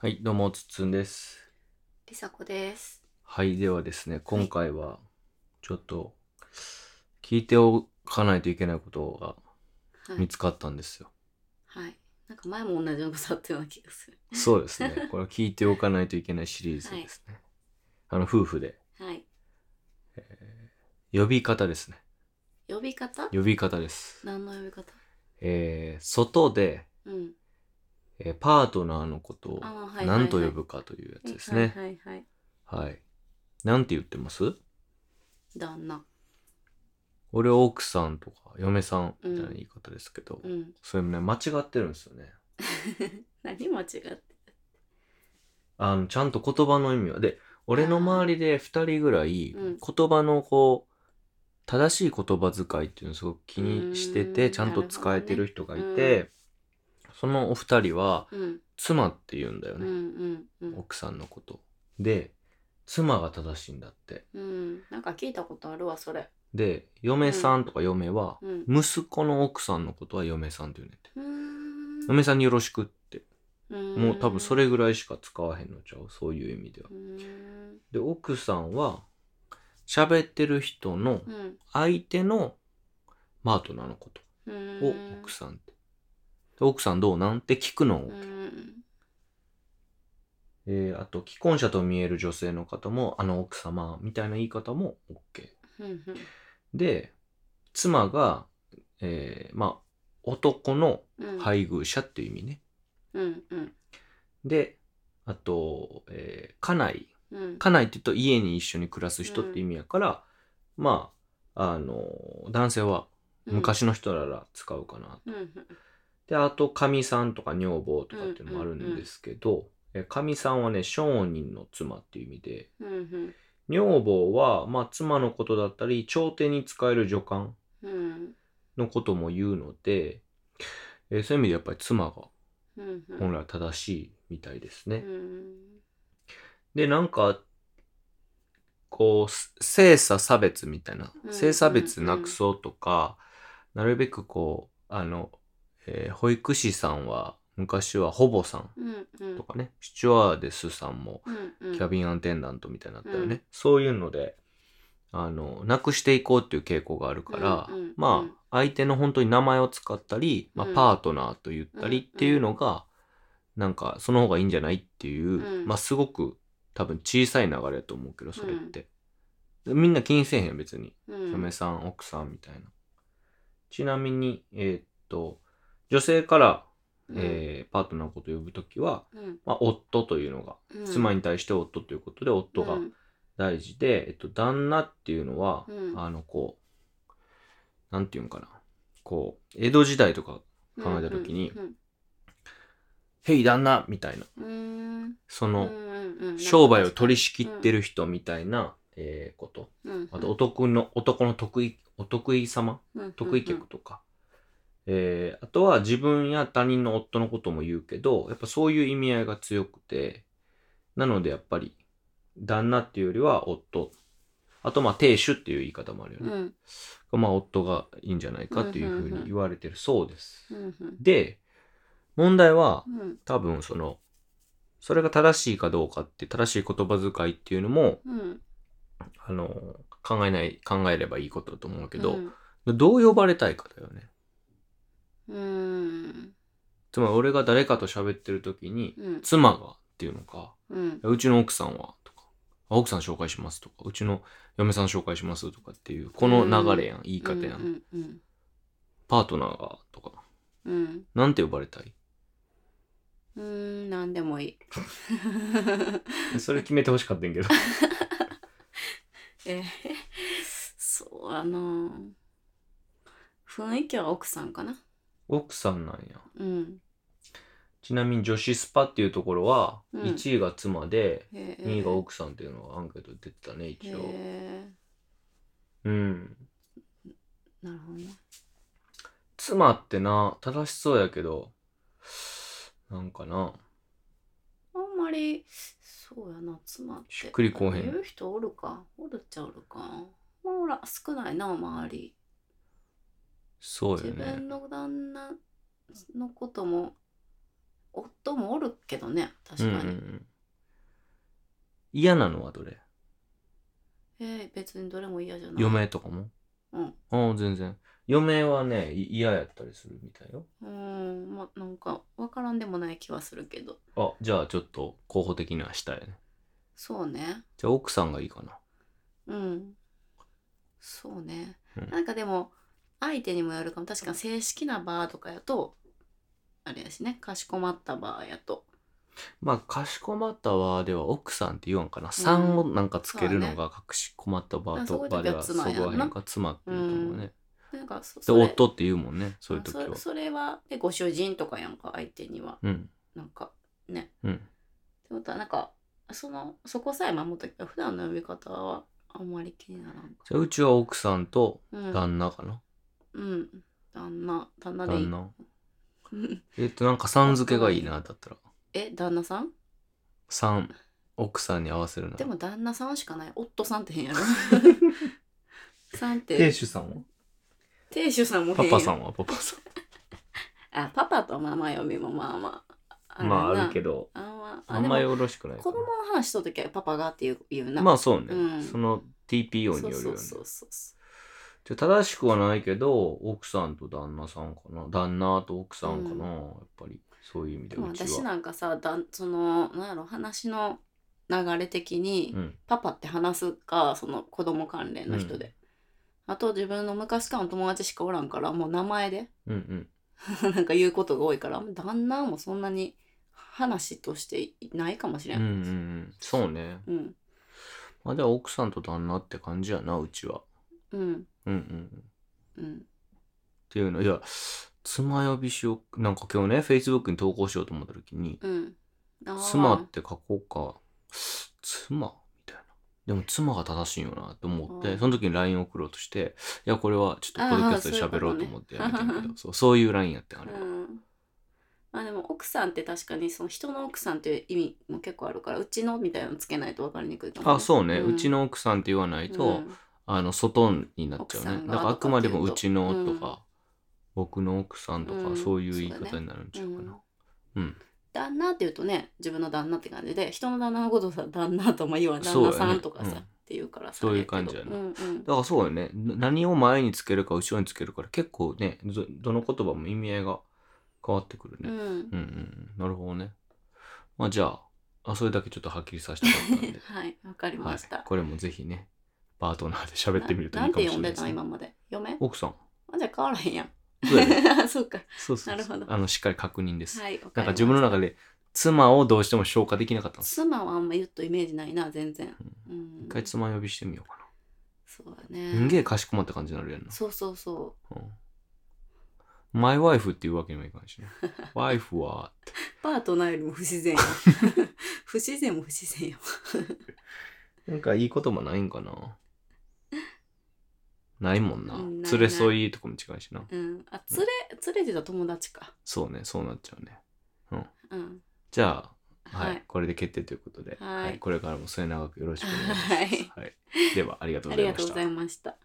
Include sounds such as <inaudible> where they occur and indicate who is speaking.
Speaker 1: はい、どうも、つっつんです。
Speaker 2: りさこです。
Speaker 1: はい、ではですね、今回は、ちょっと、聞いておかないといけないこと
Speaker 2: は
Speaker 1: が
Speaker 2: い
Speaker 1: 見つかったんですよ。
Speaker 2: はい。なんか前も同じようなことあったような気がする。
Speaker 1: そうです
Speaker 2: <laughs>
Speaker 1: ね、これは聞いておかないといけないシリーズですね。あの、夫婦で、
Speaker 2: はい。
Speaker 1: 呼び方ですね。
Speaker 2: 呼び方
Speaker 1: 呼び方です。
Speaker 2: 何の呼び方
Speaker 1: えー、外で、
Speaker 2: うん。
Speaker 1: えーパートナーのことを
Speaker 2: あーはいはいはい
Speaker 1: 何と呼ぶかというやつですね。
Speaker 2: はいはいはい。
Speaker 1: はい。なんて言ってます
Speaker 2: 旦那。
Speaker 1: 俺は奥さんとか嫁さんみたいな言い方ですけど、
Speaker 2: うん。 <laughs>
Speaker 1: それもね、間違ってるんですよね。
Speaker 2: 何間違って。
Speaker 1: あの、ちゃんと言葉の意味は。で、俺の周りで2人ぐらい、
Speaker 2: うん
Speaker 1: 言葉のこう、正しい言葉遣いっていうのをすごく気にして
Speaker 2: う
Speaker 1: て、
Speaker 2: ーん
Speaker 1: ちゃんと使えてる人がい
Speaker 2: なるほどね
Speaker 1: て、そのお二人は、
Speaker 2: うん。
Speaker 1: 妻って言うんだよ
Speaker 2: うんう
Speaker 1: ね。
Speaker 2: んうん。
Speaker 1: 奥さんのこと。で、妻が正しいんだって。
Speaker 2: うん。なんか聞いたことあるわ、それ。
Speaker 1: で、嫁さんとか嫁は、
Speaker 2: うん。
Speaker 1: 息子の奥さんのことは嫁さんって言うねんて。
Speaker 2: うーん。
Speaker 1: 嫁さんによろしくって。
Speaker 2: うーん
Speaker 1: もう多分そ。れぐらいしか使わへんのちゃうそういう意味では
Speaker 2: う。ーん。
Speaker 1: で、奥さんは、喋ってる人の
Speaker 2: うん。
Speaker 1: 相手のパートナーのこと
Speaker 2: うーん
Speaker 1: を奥さんって。で奥さんどうなんて聞くのを
Speaker 2: う。ん。
Speaker 1: えーあと、既婚者と見える女性の方も、あの奥様みたいな言い方も OK。
Speaker 2: うん
Speaker 1: で、妻が、えーまあ、男の
Speaker 2: うん。い。
Speaker 1: 配偶者っていう意味ね。
Speaker 2: うんうん
Speaker 1: で、あと、えー家内。
Speaker 2: うん。
Speaker 1: 家内って言うと家に一緒に暮らす人って意味やから、まあ、あの、男性は昔の人なら使うかな
Speaker 2: うんうん
Speaker 1: で、あと、かみさんとか女房とかっていうのもあるんですけど、えかみさんはね、商人の妻っていう意味で、
Speaker 2: うんうん
Speaker 1: 女房は、まあ、妻のことだったり、朝廷に使える女官
Speaker 2: うん
Speaker 1: のことも言うので、えーそういう意味でやっぱり妻が
Speaker 2: うんうん
Speaker 1: 本来は正しいみたいですね
Speaker 2: う。ん
Speaker 1: で、なんか、こうす、性差差別みたいな
Speaker 2: う、ん
Speaker 1: 性差別なくそうとか、なるべくこう、あの、えー保育士さんは、昔は保母さん
Speaker 2: うんうん
Speaker 1: とかね、スチュワーデスさんも
Speaker 2: うんうん
Speaker 1: キャビンアンテンダントみたいになったよね、
Speaker 2: うん
Speaker 1: そういうのであのなくしていこうっていう傾向があるから、
Speaker 2: うんうんう
Speaker 1: ま
Speaker 2: ん
Speaker 1: あ相手の本当に名前を使ったり、まあ
Speaker 2: うん
Speaker 1: パートナーと言ったりっていうのが、なんかその方がいいんじゃないっていう、
Speaker 2: うん
Speaker 1: まあすごく多分小さい流れだと思うけどそれって、みんな気にせえへんよ別に、
Speaker 2: うん
Speaker 1: 嫁さん奥さんみたいなちなみにえーっと女性から、えーパートナーのことを呼ぶときは、
Speaker 2: うん
Speaker 1: まあ、夫というのが
Speaker 2: うん
Speaker 1: 妻に対して夫ということで夫が
Speaker 2: うん
Speaker 1: 大事で、えっと、旦那っていうのは、
Speaker 2: うん
Speaker 1: あのこうなんていうんかなこう江戸時代とか考えた時に
Speaker 2: うん
Speaker 1: 「へい旦那」みたいな
Speaker 2: うん
Speaker 1: そ
Speaker 2: うん
Speaker 1: の、
Speaker 2: うんうん
Speaker 1: 商売を取り仕切ってる人みたいな、えーこと
Speaker 2: うん
Speaker 1: あと男の男の得意お得意様
Speaker 2: うん
Speaker 1: 得意客とか、えーあとは自分や他人の夫のことも言うけどやっぱそういう意味合いが強くてなのでやっぱり旦那っていうよりは夫あとまあ亭主っていう言い方もあるよ
Speaker 2: うん
Speaker 1: ね、
Speaker 2: うん
Speaker 1: まあ夫がいいんじゃないかっていうふうに言われてるそうです、
Speaker 2: うんうん
Speaker 1: で問題は
Speaker 2: うん
Speaker 1: 多分そのそれが正しいかどうかって正しい言葉遣いっていうのも
Speaker 2: うん
Speaker 1: あの考えない考えればいいことだと思うけど、
Speaker 2: うん
Speaker 1: どう呼ばれたいかだよね
Speaker 2: うん
Speaker 1: つまり俺が誰かと喋ってる時に、
Speaker 2: うん
Speaker 1: 妻がっていうのか、
Speaker 2: うん
Speaker 1: うちの奥さんはとか、あ奥さん紹介しますとか、うちの嫁さん紹介しますとかっていう、この流れやん、言い方やん。
Speaker 2: うんうん
Speaker 1: パートナーがとか、
Speaker 2: うん
Speaker 1: なんて呼ばれたい
Speaker 2: うんうんなんでもいい
Speaker 1: それ決めてほしかったんやけど。
Speaker 2: えーそうあの雰囲気は奥さんかな
Speaker 1: <laughs> 奥さんなんや。
Speaker 2: うん
Speaker 1: ちなみに女子スパっていうところは、
Speaker 2: うん
Speaker 1: 1位が妻で、
Speaker 2: へー
Speaker 1: 2位が奥さんっていうのがアンケートで出てたね、一応。
Speaker 2: へ
Speaker 1: うん。
Speaker 2: ーなるほどね
Speaker 1: 妻ってな、正しそうやけど、なんかな。
Speaker 2: あんまりそうやな妻って
Speaker 1: しっくりこうへん
Speaker 2: 言う人おるかおるっちゃおるかまあほら少ないな周り
Speaker 1: そうよ
Speaker 2: 自
Speaker 1: ね。
Speaker 2: 分の旦那のことも夫もおるけどね確
Speaker 1: う
Speaker 2: か
Speaker 1: んうん
Speaker 2: に、
Speaker 1: うん。嫌なのはどれ
Speaker 2: えー別にどれも嫌じゃない
Speaker 1: 嫁とかも
Speaker 2: うん
Speaker 1: ああ、全然。嫁はね、い嫌やったりするみたいよ。
Speaker 2: うんまなんか分からんでもない気はするけど
Speaker 1: あ、じゃあちょっと候補的にはしたいね。
Speaker 2: そうね
Speaker 1: じゃあ奥さんがいいかな。
Speaker 2: うんそうね、
Speaker 1: うん
Speaker 2: なんかでも相手にもよるかも確かに正式なバーとかやとあれやしねかしこまったバーやと
Speaker 1: まあ、かしこまったわーでは奥さんって言わんかな。3をなんかつけるのがかしこまったわーと
Speaker 2: そうね
Speaker 1: かでは
Speaker 2: あそ
Speaker 1: そう
Speaker 2: いう時は妻やんな
Speaker 1: こら辺が妻っていうと思うね。
Speaker 2: なんかそ
Speaker 1: で、
Speaker 2: それ
Speaker 1: 夫って言うもんね、そういう時は
Speaker 2: そ。それはでご主人とかやんか相手には
Speaker 1: うん。
Speaker 2: なんかね
Speaker 1: うん。
Speaker 2: ってことはなんかそのそこさえ守っとけば普段の呼び方はあんまり気にならんか
Speaker 1: じゃあうちは奥さんと
Speaker 2: うん
Speaker 1: 旦那かな。
Speaker 2: うん旦那旦那でい
Speaker 1: 旦
Speaker 2: い
Speaker 1: 那。えっと、なんかさん付けがいいな、だったら。
Speaker 2: <laughs> え旦那さん
Speaker 1: さん、奥さんに合わせるなら。
Speaker 2: でも旦那さんしかない夫さんって
Speaker 1: <laughs>
Speaker 2: 変やろさんって
Speaker 1: 亭主さんは
Speaker 2: 亭主さんも
Speaker 1: パ
Speaker 2: 変や
Speaker 1: パさんはパパさ
Speaker 2: あパパとママ読みもまあまあ
Speaker 1: ん。まあ、あるけど、
Speaker 2: どあんま
Speaker 1: あ
Speaker 2: あ
Speaker 1: んま
Speaker 2: でも
Speaker 1: よろしくないか
Speaker 2: 子供の話しとる時はパパがっていう言う
Speaker 1: な。
Speaker 2: な
Speaker 1: まあ、そうね。
Speaker 2: うん
Speaker 1: その TPO による
Speaker 2: そ
Speaker 1: よ
Speaker 2: う
Speaker 1: ね。
Speaker 2: そうそうそ
Speaker 1: じゃあ正しくはないけど、奥さんと旦那さんかな。旦那と奥さんかな。
Speaker 2: う
Speaker 1: やっぱり、そういう意味
Speaker 2: う
Speaker 1: で、
Speaker 2: でも
Speaker 1: うち
Speaker 2: 私
Speaker 1: は。
Speaker 2: なんかさだんそのなんやろ話の流れ的に、
Speaker 1: うん。
Speaker 2: パパって話すかその子供関連の人で、あと自分の昔からの友達しかおらんからもう名前で <laughs>
Speaker 1: うんうん。
Speaker 2: なんか言うことが多いから旦那もそんなに話としてないかもしれ
Speaker 1: うんうん
Speaker 2: ん、
Speaker 1: うん。そうね。
Speaker 2: うん
Speaker 1: まあ、では奥さんと旦那って感じやな、うちは。
Speaker 2: うん
Speaker 1: うんうんうん。
Speaker 2: うん
Speaker 1: っていうのいや妻呼びしようなんか今日ね Facebook に投稿しようと思った時に
Speaker 2: うんあ
Speaker 1: 「
Speaker 2: ー
Speaker 1: 妻」って書こうか「妻」みたいなでも妻が正しいんよなと思っ
Speaker 2: う
Speaker 1: て
Speaker 2: ん
Speaker 1: その時に LINE 送ろうとしていやこれはちょっとポッドキャストで喋ろうと思って
Speaker 2: あ
Speaker 1: や
Speaker 2: ー
Speaker 1: めてんけど
Speaker 2: そういうことね
Speaker 1: そうそういう LINE やってんあれは、
Speaker 2: うんまあでも奥さんって確かにその人の奥さんっていう意味も結構あるからうちのみたいなのつけないと分かりにくいかも、
Speaker 1: あそうね、うんちの奥さんって言わないと、
Speaker 2: うん
Speaker 1: あの外になっちゃう
Speaker 2: 奥さ
Speaker 1: ね
Speaker 2: んが
Speaker 1: だからあくまでもうちの
Speaker 2: とかってい
Speaker 1: と
Speaker 2: うと
Speaker 1: か、僕の奥さんとか、
Speaker 2: うん
Speaker 1: そういう言い
Speaker 2: そうだね
Speaker 1: 方になるんちゃうかな
Speaker 2: うん
Speaker 1: うん
Speaker 2: 旦那って言うとね自分の旦那って感じで人の旦那のことをさ旦那とも言わん
Speaker 1: そう
Speaker 2: 旦那
Speaker 1: やね
Speaker 2: さんとかさ、
Speaker 1: うん
Speaker 2: っていうからさ
Speaker 1: そういう感じや
Speaker 2: あれ
Speaker 1: な
Speaker 2: けどうんうん
Speaker 1: だからそうよね。な何を前につけるか後ろにつけるから結構ね、どどの言葉も意味合いが変わってくる
Speaker 2: う
Speaker 1: ね。
Speaker 2: ん
Speaker 1: う、ん、うん、うん。なるほどね。まあじゃあ、あそれだけちょっとはっきりさせたかったん
Speaker 2: <laughs>
Speaker 1: で。
Speaker 2: はいわかりました、
Speaker 1: これもぜひね、パートナーで喋ってみると
Speaker 2: ない
Speaker 1: いかもしれ
Speaker 2: んて呼ん
Speaker 1: ない
Speaker 2: で
Speaker 1: で
Speaker 2: た
Speaker 1: す、
Speaker 2: の
Speaker 1: ね。
Speaker 2: 今まで嫁
Speaker 1: 奥さん。
Speaker 2: あじゃあ変わらへんやん
Speaker 1: どうや
Speaker 2: <laughs>
Speaker 1: ね
Speaker 2: そうか
Speaker 1: そうそうそう
Speaker 2: なるほど
Speaker 1: あの、しっかり確認です。
Speaker 2: はいわ
Speaker 1: な
Speaker 2: かりました
Speaker 1: んか自分の中で妻をどうしても消化できなかったんです。
Speaker 2: 妻はあんま言うとイメージないな全然、うん
Speaker 1: 一回妻呼びしてみようか
Speaker 2: そうだ
Speaker 1: な。すんげ
Speaker 2: ね
Speaker 1: えかしこまった感じになるやんな。
Speaker 2: そうそうそ
Speaker 1: うん、マイワイフっていうわけにもいかないしね。
Speaker 2: <laughs>
Speaker 1: ワイフは
Speaker 2: うパートナーよりも不自然
Speaker 1: <laughs>
Speaker 2: や不自然も不自然や
Speaker 1: なんかいいこともないんかな
Speaker 2: <laughs>
Speaker 1: ないもんな。
Speaker 2: うんない
Speaker 1: 連れ添いとかも違うしな。
Speaker 2: うんあ連れ連れてた友達か
Speaker 1: そうね、そうなっちゃうね。
Speaker 2: うん
Speaker 1: じゃあ、はい、
Speaker 2: はい
Speaker 1: これで決定ということで、
Speaker 2: はい
Speaker 1: これからも末永くよろしくお願いします。
Speaker 2: はい
Speaker 1: はい、では、ありがとうござ
Speaker 2: あり
Speaker 1: い
Speaker 2: が
Speaker 1: ま
Speaker 2: とう
Speaker 1: した
Speaker 2: ござい。ました